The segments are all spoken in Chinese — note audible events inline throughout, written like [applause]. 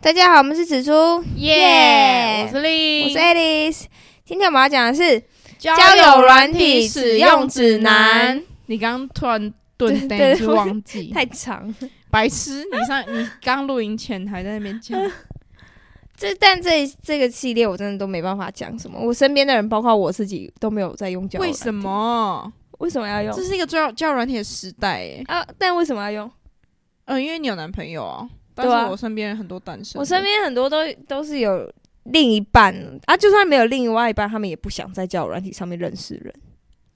大家好，我们是紫苏，耶、耶我是丽，我是 Alice。今天我们要讲的是交友软体使用指南。 [laughs] 你刚刚突然顿呆，对你是不是忘记？长，白痴！你上你刚录音前还在那边讲，这但这这个系列我真的都没办法讲什么。我身边的人，包括我自己，都没有在用交友为软体什？么？为什么要这用？是一个交友交友软体的时代耶。啊，但为什么要用？嗯、因为你有男朋友啊，但对啊是我身边很多单身的，我身边很多都都是有另一半啊，就算没有另外一半，他们也不想在交友软体上面认识人。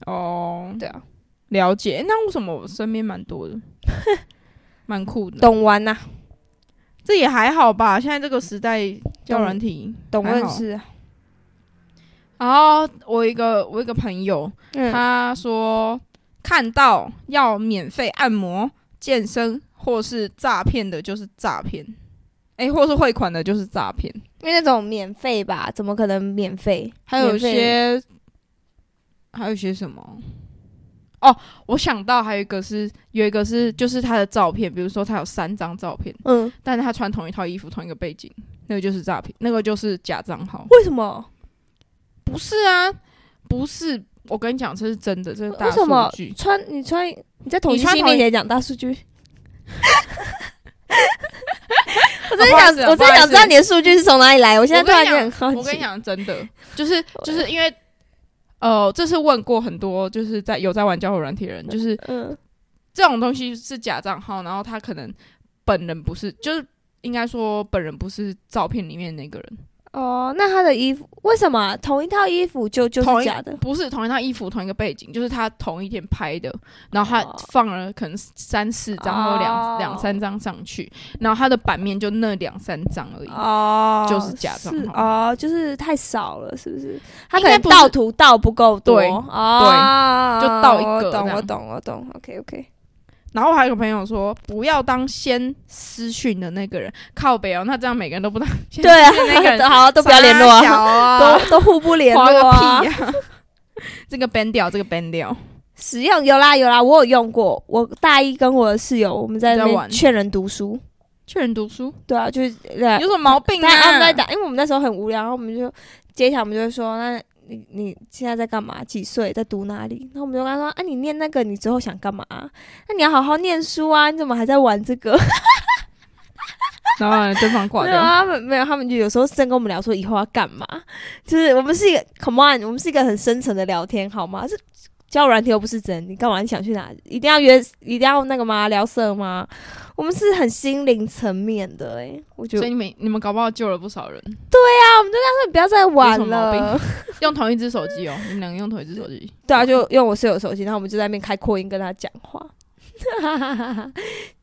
哦对啊，了解。那为什么我身边蛮 [laughs] 多的，蛮酷的？懂玩呐、啊这也还好吧，现在这个时代交友软体懂还认好识、啊。然后我一个我一个朋友，嗯，他说看到要免费按摩、健身或是诈骗的，就是诈骗，诶，或是汇款的，就是诈骗。因为那种免费吧，怎么可能免费？还有一免费些，还有一些什么？哦，我想到还有一个是有一个是就是他的照片，比如说他有三张照片，嗯，但是他穿同一套衣服、同一个背景，那个就是诈骗，那个就是假账号。为什么？不是啊，不是，我跟你讲，这是真的，这是大为什么数据。穿你穿你在统你计穿系同面一前讲大数 [laughs] 据？我真的啊想，我真的想知道你。你的数据是从哪里来。我现在我突跟然你间很讲，好奇。我跟你讲，真的就是就是因为，呃，这是问过很多就是在有在玩交友软体的人，就是 [laughs] 嗯，这种东西是假账号，然后他可能本人不是，就是应该说本人不是照片里面那个人，哦，那他的衣服为什么啊同一套衣服就就同是一假的？不是同一套衣服、同一个背景，就是他同一天拍的，然后他哦放了可能三四张或两哦两三张上去，然后他的版面就那两三张而已。哦就是假账是号哦，就是太少了，是不是？他应可该能不是盗图盗不够多，对哦，对就盗一个我懂，这样我懂，我懂。OK OK，然后我还有个朋友说，不要当先私讯的那个人，靠北哦，那这样每个人都不当先对啊，私讯 [laughs] 那个人，好，都不要联络傻小啊，啊，都都互不联划个络啊屁。呀、 [laughs] 这个 ban 掉，这个 ban 掉，使用有啦有啦，我有用过。我大一跟我的室友，我们在那在边玩劝人读书，劝人读书，对啊，就是呃有，什么毛病大家他们在啊？打，因为我们那时候很无聊，然后我们就接下来我们就会说，那你你现在在干嘛？几岁？在读哪里？然后我们就跟他说，啊，你念那个，你之后想干嘛？那你要好好念书啊，你怎么还在玩这个？然后对方挂没有掉，啊，他们没有，他们就有时候是真跟我们聊说以后要干嘛，就是我们是一个 come on，我们是一个很深层的聊天，好吗？是交友软体又不是真，你干嘛？你想去哪？一定要约，一定要那个吗？聊色吗？我们是很心灵层面的、欸，我觉所得以你们你们搞不好救了不少人，真的不要再玩有什么毛了。用同一只手机哦，你们两个用同一只手机，对啊，就 [laughs] 用我室友手机，然后我们就在那边开扩音跟他讲 [laughs] 话，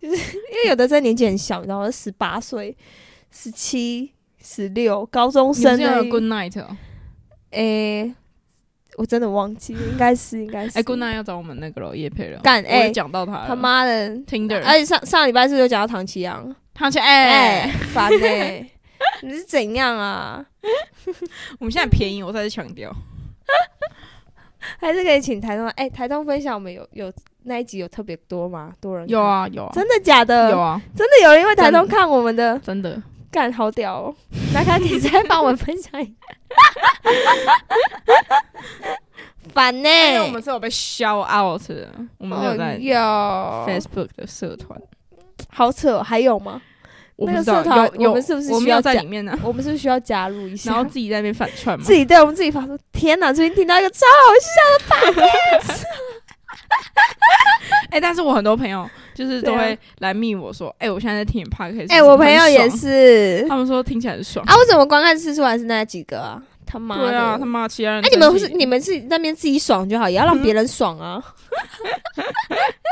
就是因为有的真的年纪很小，然后十八岁、十七、十六，高中你生们是用而了已 Good Night 哦，诶、我真的忘记了，应该是应该是。哎，Good Night 要找我们那个了，叶佩了，干我也哎讲到他了他妈的！ ，Tinder，而且上上礼拜是不是有讲到唐奇阳？他去哎哎，，烦呢、你是怎样啊？我们现在便宜，我再次强调，还是可以请台东哎、台东分享我们有有那一集有特别多吗？多人看有，啊有啊真的假的？有啊，真的有人因为台东看我们的，真的。干好屌哦！ [laughs] 那卡你再帮我们分享一下， [laughs] 烦呢、因哎为我们是有被 shout out 的，我们没有在哎哦有 Facebook 的社团，好扯哦，还有吗？我不那个知道社团有有我们是不是需要我没有在讲里面呢？我们是不是需啊要加入一下？然后自己在那边反 [laughs] 串嘛自，己对我们自己发说：“天哪，最近听到一个超 [laughs] 哎，但是我很多朋友就是都对啊会来密我说，哎，我现在在听你 podcast，哎、我朋友很也爽，是他们说听起来很 [laughs] 爽，啊，我怎么观看次数还是那几个啊？他妈的！对啊，他妈其他人哎、真你是，们是你们是那边自己爽就好，也要让别人爽啊！ [laughs] [laughs]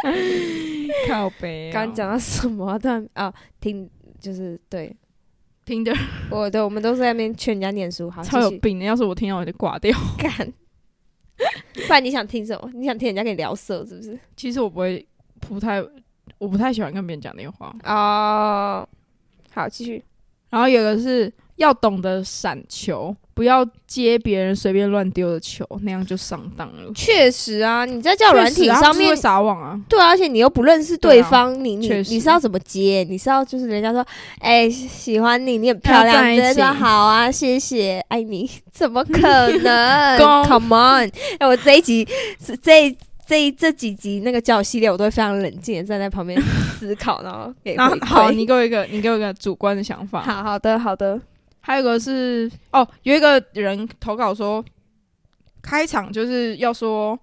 靠啊背，刚刚讲到什么啊？突然啊，听就是对听的我对，我们都是在那边劝人家念书，好超有继续病的，要是我听到我就挂掉。干。 [laughs] 不然你想听什么？你想听人家跟你聊色是不是？其实我不会，不太，我不太喜欢跟别人讲电话。哦、好，继续。然后有一个是要懂得闪球，不要接别人随便乱丢的球，那样就上当了。确实啊，你在交友软体确实啊上他面们就是会，撒网啊，对啊、而且你又不认识对方，你你确实你是要怎么接？你是要就是人家说，哎、喜欢你，你很漂要亮，在一直起接说好啊，谢谢，爱你，怎么可能 [laughs] 公？Come on！哎、我这一集这这一这一这几集那个交友系列，我都会非常冷静的站在旁边思考，然后给然回后馈。好，你给我一个，你给我一个主观的想法。好好的好的，还有一个是哦，有一个人投稿说，开场就是要说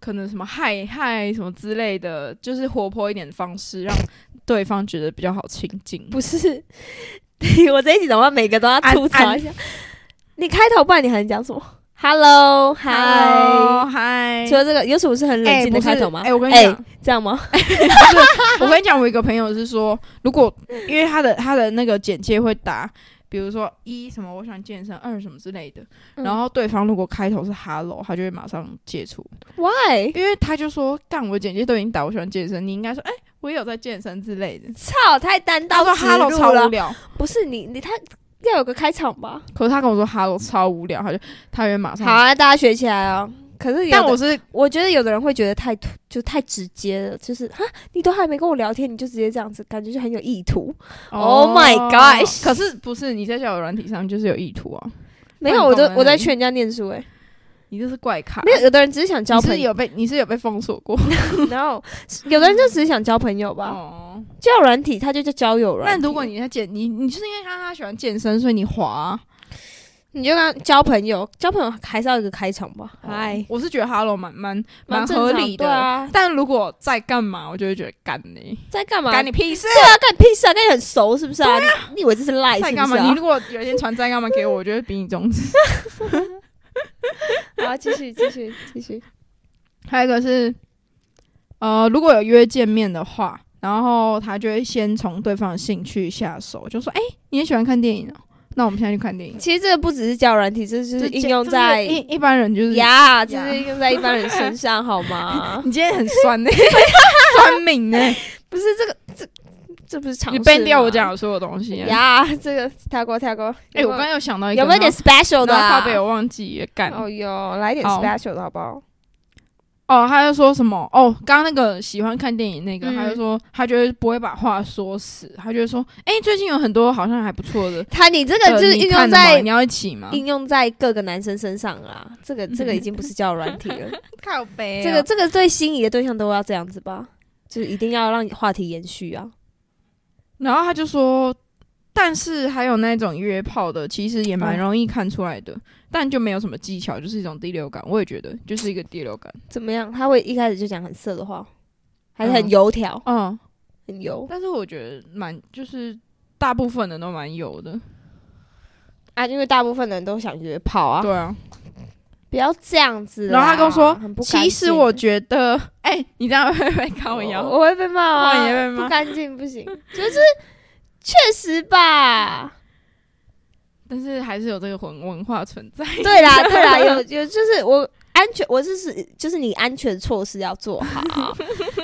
可能什么嗨嗨什么之类的，就是活泼一点的方式，让对方觉得比较好亲近。不是， [laughs] 我这一集怎么每个都要安吐槽安一下？你开头不然你还能讲什么？Hello，嗨。嗨，除了这个，有什么是很冷静的开头吗？哎、我跟你讲，这样吗？我跟你讲，我有一个朋友是说，如果嗯因为他的他的那个简介会打，比如说一什么我想健身，二什么之类的，嗯然后对方如果开头是 hello，他就会马上解除， [laughs] Why？因为他就说干我简介都已经打我喜欢健身，你应该说哎、我也有在健身之类的。操，太单他刀说直入 hello 超无了。聊，不是你，你他要有个开场吧？可是他跟我说 hello 超无聊，他就他会马上好。啊，大家学起来哦。可是有的，但我嗯是我觉得有的人会觉得太突就太直接了，就是哈，你都还没跟我聊天，你就直接这样子，感觉就很有意图。Oh my gosh 可是不是你在交友软体上就是有意图啊？没有，我都懂了欸我在劝人家念书哎、你这是怪咖。没有，有的人只是想交你朋是友，有被你是有被封锁过然后有的人就只是想交朋友吧。哦。交友软体，它就叫交友软但体。如果你在健，你你就是因为他他喜欢健身，所以你滑啊、你就跟他交朋友，交朋友还是要有个开场吧。嗨、哦我是觉得 Hello 蛮蛮蛮正常合理的。对啊，但如果在干嘛，我就会觉得干你、在干嘛？干你屁事！ [laughs] 对啊，干你屁事啊！跟你很熟是不是啊？你你以为这是赖是不在是干嘛？你啊？如果有一天传在干嘛给我，我就会比你中指。 [laughs] 好，继续继续继续。还有一个是，呃，如果有约见面的话，然后他就会先从对方的兴趣下手，就说：“哎、你也喜欢看电影哦？那我们现在去看电影。 [laughs] 其实这个不只是教软体，这就这”是这应用这是在嗯一一般人就是呀，这呀是应用在一般人身上好吗？你今天很酸 [laughs] 呢、酸敏欸呢、 [laughs] 不是这个这这不是常你识 ban 掉我吗讲的所有东西、啊。呀，这个跳过跳过。哎、有我没有刚刚有想到一个，有没有点 special 的然后啊靠？背我忘记也干。哦哟，来点好 special 的好不好？哦，他就说什么？哦，刚刚那个喜欢看电影那个，嗯他就说他觉得不会把话说死，他就会说，哎、最近有很多好像还不错的，他你这个呃就是你应看用了吗在你要一起吗？应用在各个男生身上啦，这个这个已经不是教软体了。靠背这个这个对心仪的对象都要这样子吧，就是一定要让话题延续啊。然后他就说，但是还有那种约炮的，其实也蛮哦容易看出来的，但就没有什么技巧，就是一种第六感。我也觉得就是一个第六感。怎么样？他会一开始就讲很色的话，还是嗯很油条，嗯，很油但是我觉得蛮就是大部分人都蛮有的。啊？因为大部分人都想约炮啊，对啊，不要这样子啦。然后他跟我说啊很不干净其实我觉得， [laughs] 哎、你这样会不会高腰？我会被骂啊，哇你会被骂不干净不行，就是确实吧。但是还是有这个文文化存在。对 [laughs] 啦，对啦，有有就是我安全，我是是就是你安全措施要做 [laughs] 好。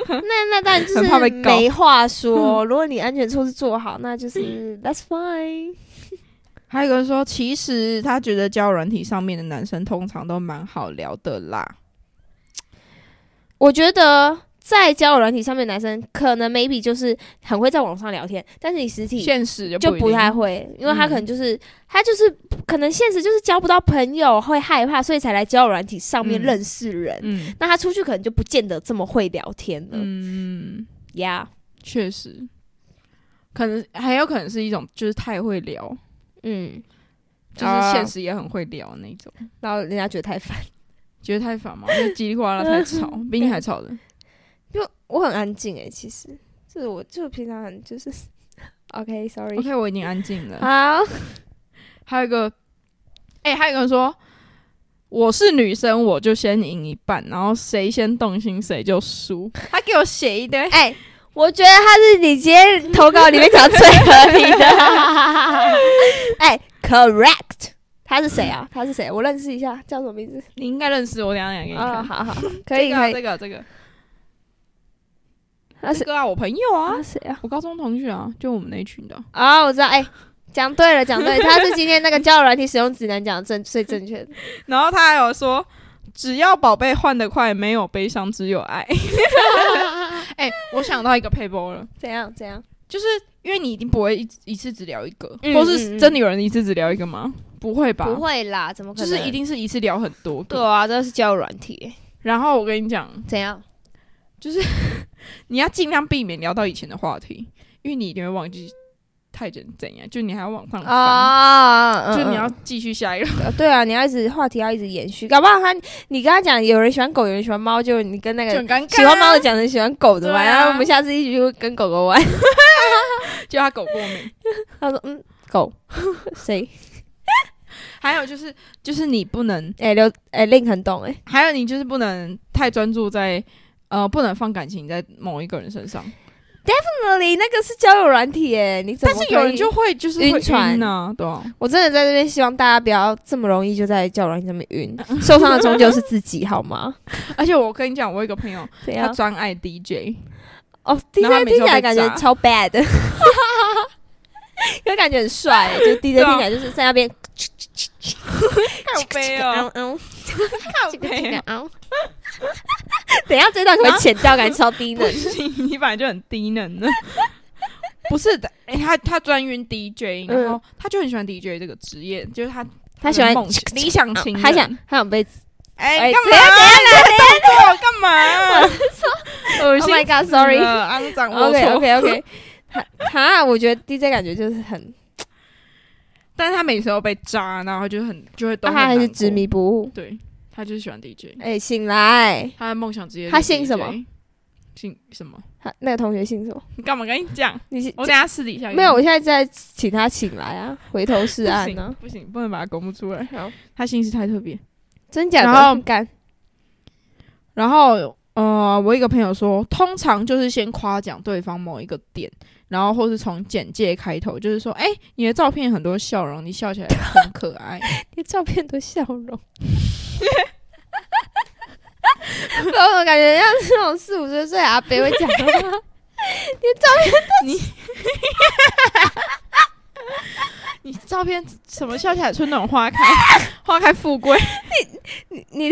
那那当然就很怕是被告没话 [laughs] 说，如果你安全措施做好，那就是 that's fine。还有一个说，其实他觉得交友软体上面的男生通常都蛮好聊的啦。我觉得在交友软体上面，男生可能 maybe 就是很会在网上聊天，但是你实体。现实嗯就就不一定太会，因为他嗯可能就是、他就是可能现实就是交不到朋友，会害怕，所以才来交友软体上面嗯认识人。嗯那他出去可能就不见得这么会聊天了。嗯，呀，确实，可能还有可能是一种就是太会聊，嗯，就是啊现实也很会聊那种，然后人家觉得太烦， [laughs] 觉得太烦嘛，就叽里呱啦太吵，比你还吵 [laughs] 的。因为我很安静诶、其实就是我就平常很就是，OK，sorry，、 [laughs] OK，我已经安静了。好，还有一个，哎、还有一个人说，我是女生，我就先赢一半，然后谁先动心谁 [laughs] 就输。他给我写一堆，哎、我觉得他是你今天投稿里面讲最合理的， [laughs] 哎、c o r r e c t 他是谁啊？他是谁？我认识一下，叫什么名字？你应该认识我，等一下等一下给你啊、看。好好， [laughs] 好可以这个啊可以，这个啊这个，他这是个啊，我朋友啊他，是谁啊？我高中同学啊，就我们那一群的啊。啊，我知道，哎、讲对了，讲对了，它是今天那个交友软体使用指南讲的正最正确的。然后他还有说，只要宝贝换得快，没有悲伤，只有 [laughs] 爱。 [laughs] 哎、我想到一个配包了，怎样怎样？就是因为你一定不会一一次只聊一个，嗯或嗯是嗯真的有人一次只聊一个吗？不会吧？不会啦，怎么可就能？是一定是一次聊很多对个。啊，这是交友软体欸，然后我跟你讲，怎样？你要尽量避免聊到以前的话题，因为你一定会忘记太怎怎样，就你还要往上翻，啊，嗯就嗯你要继续下一个。呃对啊，你要一直话题要一直延续，搞不好他你跟他讲有人喜欢狗，有人喜欢猫，就你跟那就个很尴尬。喜欢猫的讲成喜欢狗的嘛，对啊然后我们下次一起去跟狗狗玩。就他狗过敏。 [laughs] 他说嗯，狗 [laughs] 谁？还有就是，就是你不能，哎、刘哎、令很懂哎、还有你就是不能太专注在，呃，不能放感情在某一个人身上。那里那个是交友软体哎、你怎么但可以？是有人就会就是会晕船晕啊，对啊，我真的在这边希望大家不要这么容易就在交友软体上面 [laughs] 晕，受伤的终究是自己好吗？而且我跟你讲，我有一个朋友，怎他样？专爱 DJ，哦，第一然后他每听起次都来被感觉炸超 bad [laughs] 的，因为感觉很帅、 [laughs] 欸，就 DJ 对啊听起来就是在那边靠背哦，嗯嗯，靠这个这背个哦，嗯。 [laughs] 等一下这一段可不可以剪掉？感觉超低不 [laughs] 能。行，你本来就很低能的。 [laughs] 不是的，哎、他他专晕 DJ，然后他就很喜欢 DJ 这个职业，就是他嗯他的喜欢嗯梦想理想情人，他想他想被哎哎干、嘛？我干 [laughs] 嘛？恶 Oh 心 my 死 God，sorry 了肮脏龌 [laughs] 龊。OK OK OK，他他我觉得 DJ 感觉就是很，但是他每次都被扎，然后就很就会都啊他很难还过是执，迷不悟。对他就是喜欢 DJ，哎，醒来，他的梦想职业他就是姓什 DJ 么？姓什么？ [laughs] 他那个同学姓什么？你干嘛跟你讲？你是我等下私底下跟你没有？我现在在请他醒来啊，回头是岸呢。不行，不行，不能把它公布出来。好，他姓氏太特别。真假然后的？干，然后呃，我一个朋友说，通常就是先夸奖对方某一个点，然后或是从简介开头，就是说，哎、你的照片很多笑容，你笑起来很可 [laughs] 爱。你照片多笑容。 [laughs] 不知道为什么感觉像这种四五十岁的阿伯会讲的话。你照片什么笑起来春暖花开， [laughs] 花开富贵， [laughs] 你你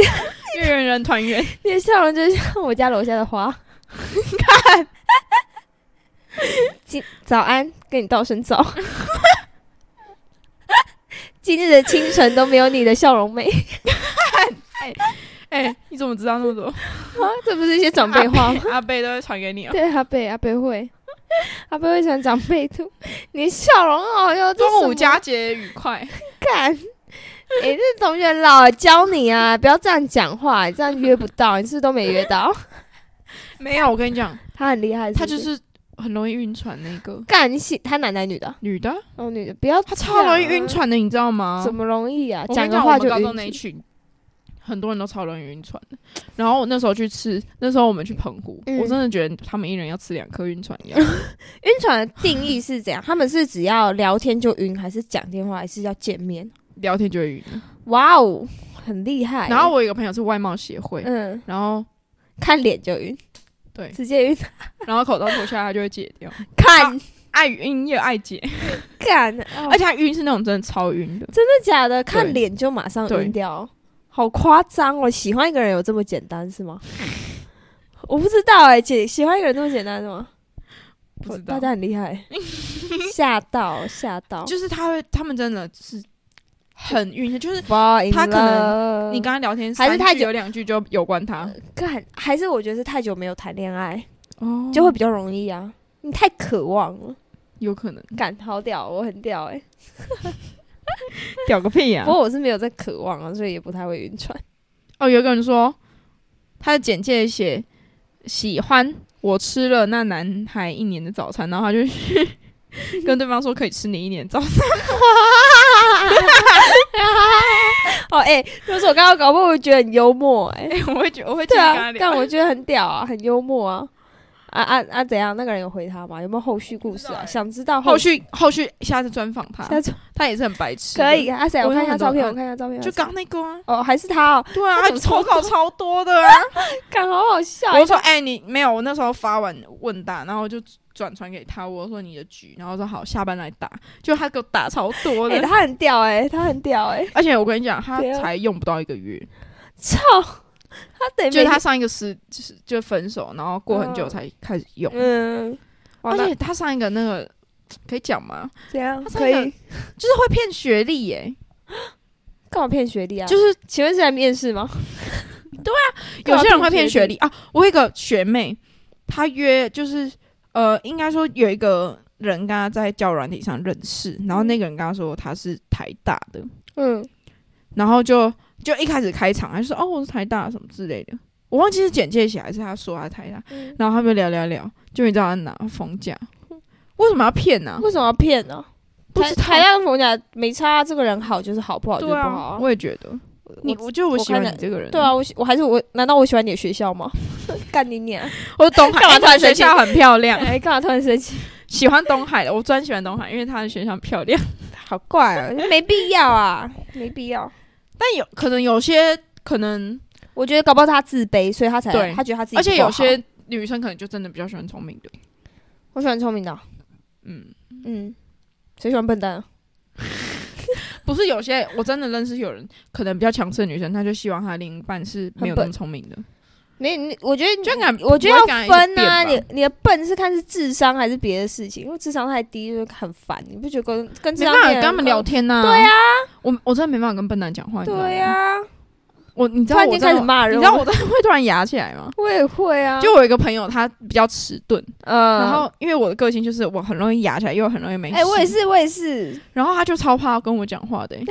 月圆人团圆。 [laughs] 你的笑容就像我家楼下的花。 [laughs] 看，今早安，跟你道声早。今日的清晨都没有你的笑容美，哎、你怎么知道那么多？ [laughs] 这不是一些长辈话吗？阿贝都会传给你哦。 [laughs] 对，阿贝阿贝会，阿贝会传长辈图。你的笑容好哟，这中什午么佳节愉快，干。 [laughs] 哎、这同学老教你啊，不要这样讲话，你这样约不到，你是不是都没约到？ [laughs] 没有，我跟你讲，他很厉害是不她就是很容易晕船那个干，你喜他男男女的啊？女的，哦，女的，不要她超容易晕船。船的，你知道吗？怎么容易啊？我跟讲你个讲话我就们高晕中那一群，很多人都超容易晕船的。然后我那时候去吃，那时候我们去澎湖，嗯我真的觉得他们一人要吃两颗晕船药。晕船的定义是怎样？他们是只要聊天就晕，还是讲电话，还是要见面？ [laughs] 聊天就会晕。哇哦，很厉害欸。然后我有一个朋友是外貌协会，嗯，然后看脸就晕，对，直接晕，然后口罩脱下来他就会解 [laughs] 掉，看爱晕又爱解，干，哦而而且他晕是那种真的超晕的。真的假的？看对脸就马上对晕掉，好夸张哦！喜欢一个人有这么简单是吗？ [laughs] 我不知道哎，姐，喜欢一个人这么简单是吗？不知大道家很厉 [laughs] 害，吓到吓到，就是他会，他们真的是很晕，就是他他可能你跟他聊天，呃还是三句他就有两句就有关他干，还是我觉得是太久没有谈恋爱。哦呃就会比较容易啊。你太渴望了，有可能感好屌，我很屌 [laughs] 哎、屌个屁呀不！过我是没有在渴望啊，所以也不太会晕船。 [laughs] 哦，有一个人说他的简介写喜欢我吃了那男孩一年的早餐，然后他就去 [laughs] 跟对方说可以吃你一年早餐，哦哎、如果是我刚刚搞不好，我会觉得很幽默哎、我会觉得我会 [laughs] 继对续跟他啊，聊但。我觉得很屌啊，很幽默啊。啊啊啊！怎样？那个人有回他吗？有没有后续故欸事啊？想知道后续后续下次专访他，下次他也是很白痴的。可以啊？谁？我看一下照片，我我看一下照片，就刚那个啊， [laughs] 哦，还是他哦，对啊，他他怎么投稿超多的啊。看好好笑。我就说，哎、你没有？我那时候发完问答，然后我就转传给他，我说你的局，然后说好，下班来打。就他给我打超多的，哎，他啊很屌哎，他很屌哎，而且我跟你讲，他怎样才用不到一个月，操！他得就是每他上一个失就是就分手，然后过很久才开始用。嗯，哇而那且他上一个那个可以讲吗？怎样他上可一个以就是会骗学历耶、干嘛骗学历啊？就是是请问是来面试吗？有些人会骗骗学学历历啊。我有一个学妹，她约就是呃，应该说有一个人跟她在交友软体上认识，然后那个人跟她说她是台大的，嗯，然后就就一开始开场，她就说哦我是台大什么之类的，我忘记是简介写还是她说她台大，嗯然后他们聊聊聊，就你知道她拿逢甲，为什么要骗呢、为什么要骗呢？啊不台知道台大跟冯甲没差啊，这个人好就是好，不好就是对不好啊，啊。我也觉得你，我觉得我喜欢你这个人，对啊，，我喜我还是我，难道我喜欢你的学校吗？ [laughs] 干你 [laughs] 娘！我东海干嘛突然哎学生气校很漂亮，哎，干嘛突然生气？喜欢东海的，我专喜欢东海，因为他的学校很漂 [laughs] 亮。好怪哦， [laughs] 没必要啊，没必要。但有可能有些可能，我觉得搞不好他自卑，所以他才对他觉得他自己不好。而且有些女生可能就真的比较喜欢聪明的。我喜欢聪明的啊，嗯，嗯，谁喜欢笨蛋啊？不是有些我真的认识有人可能比较强势的女生，她就希望她另一半是没有那么聪明的，没，你我觉得就感嗯我觉得不会要感觉分啊，一直你变吧你的笨是看是智商还是别的事情，因为智商太低就很烦，你不觉得跟跟智没商办法低的人跟他们聊天呐、对啊呀、我我真的没办法跟笨蛋讲话。你知道吗对，呀、啊，我你知突道然我间真开始的，骂你人，知道我真的会突然哑起来吗？我也会啊，就我有一个朋友，他比较迟钝，嗯，然后因为我的个性就是我很容易哑起来，又很容易没。哎、我也，是，我也是，然后他就超怕跟我讲话 [laughs] 的欸、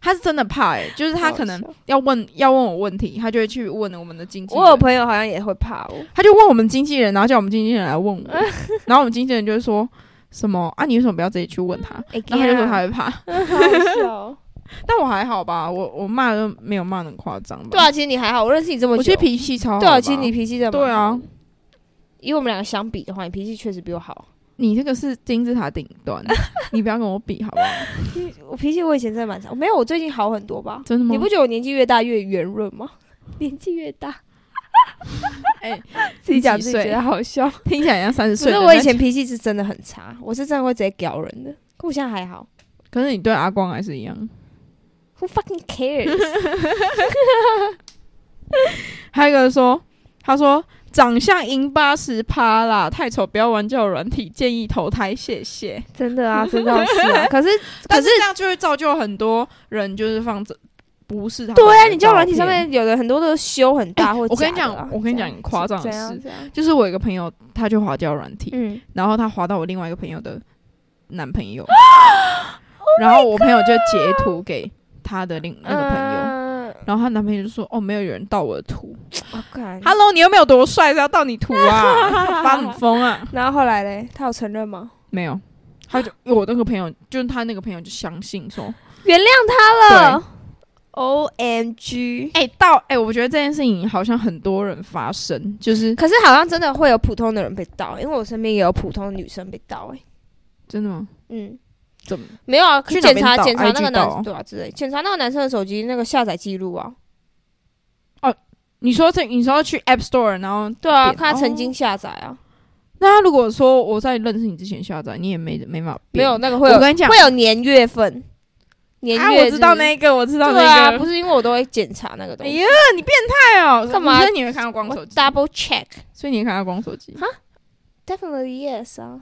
他是真的怕哎、就是他可能好笑要问要问我问题，他就会去问我们的经纪人。我有朋友好像也会怕我，他就问我们经纪人，然后叫我们经纪人来 [laughs] 问我，然后我们经纪人就会说什么啊？你为什么不要自己 [laughs] 去问他？哎然后他就说他会怕， [laughs] 他好笑哦。但我还好吧，我我骂都没有骂得很夸张吧。对啊，其实你还好，我认识你这么我久，其实脾气超好吧。对啊，其实你脾气真的蛮对啊，因为我们两个相比的话，你脾气确实比我好。你这个是金字塔顶 [laughs] 端，你不要跟我比好不好？我脾气我以前真的蛮差，没有，我最近好很多吧？真的吗？你不觉得我年纪越大越圆润吗？ [laughs] 年纪越 [laughs] 大，哎自己讲你自几己觉岁得好笑。听起来像三十可岁是的？我以前脾气是真的很差，我是真的会直接屌人的。可我现在还好但，可是你对阿光还是一样。 ，Who fucking [laughs] cares？还有一个说，他说长相赢八十趴啦，太丑不要玩交友软体，建议投胎，谢谢。真的 [laughs] 啊，真的是啊。可是但是这样就会造就很多人就是放着不是他们的照片。对啊，你交友软体上面有的很多都修很大或者、哎我跟你讲，我跟你讲，很夸张怎的样事，怎样？就是我有一个朋友，他就滑交友软体，嗯，然后他滑到我另外一个朋友的男朋 [gasps] 友，Oh 然后我朋友就截图给他的另那个朋友。友，然后她男朋友就说：“哦，没有有人盗我的图。嗯呃我看 Hello，你又没有多帅，是要盗你图啊？ [laughs] 发什么疯啊？然后后来嘞，他有承认吗？没有，他就我那个朋友，就是他那个朋友就相信说，原谅他了。O M G！哎、到哎、我觉得这件事情好像很多人发生，就是可是好像真的会有普通的人被盗，因为我身边也有普通的女生被盗、欸，真的吗？嗯，怎么？没有啊，去去哪检边查盗检查那 IG 个男盗哦对啊之类，检查那个男生的手机那个下载记录啊，你说这，你说去 App Store，然后对啊，点看他曾哦经下载啊，那他如果说我在认识你之前下载，你也没没法没变有。那个会有我跟你讲会有年月份，年啊，月我知道日那个，我知道那对啊，个。不是因为我都会检查那个东哎西呀，你变态哦！干嘛所以你会看到光手我机， double check 所以你会看到光手机。 definitely yes 啊，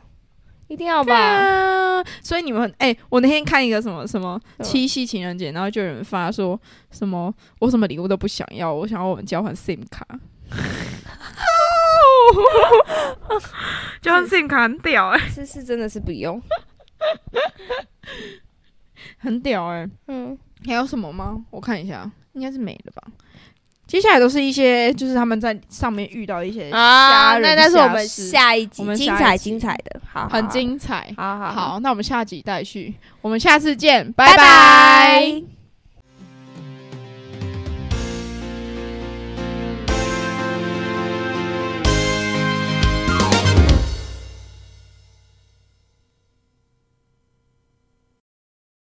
一定要吧？啊！所以你们很哎、我那天看一个什么什么什么七夕情人节，然后就有人发说什么我什么礼物都不想要，我想要我们交换 SIM 卡。 [laughs] 交换 SIM 卡很屌哎、是是真的是不用，很屌哎、嗯。还有什么吗？我看一下，应该是没了吧。接下来都是一些就是他们在上面遇到的一些啊，虾那仁那是我虾们事下一集我们精下彩一集精彩的，好，好很，精彩。好好好，好，那我们下集待续，我们下次见，拜拜拜拜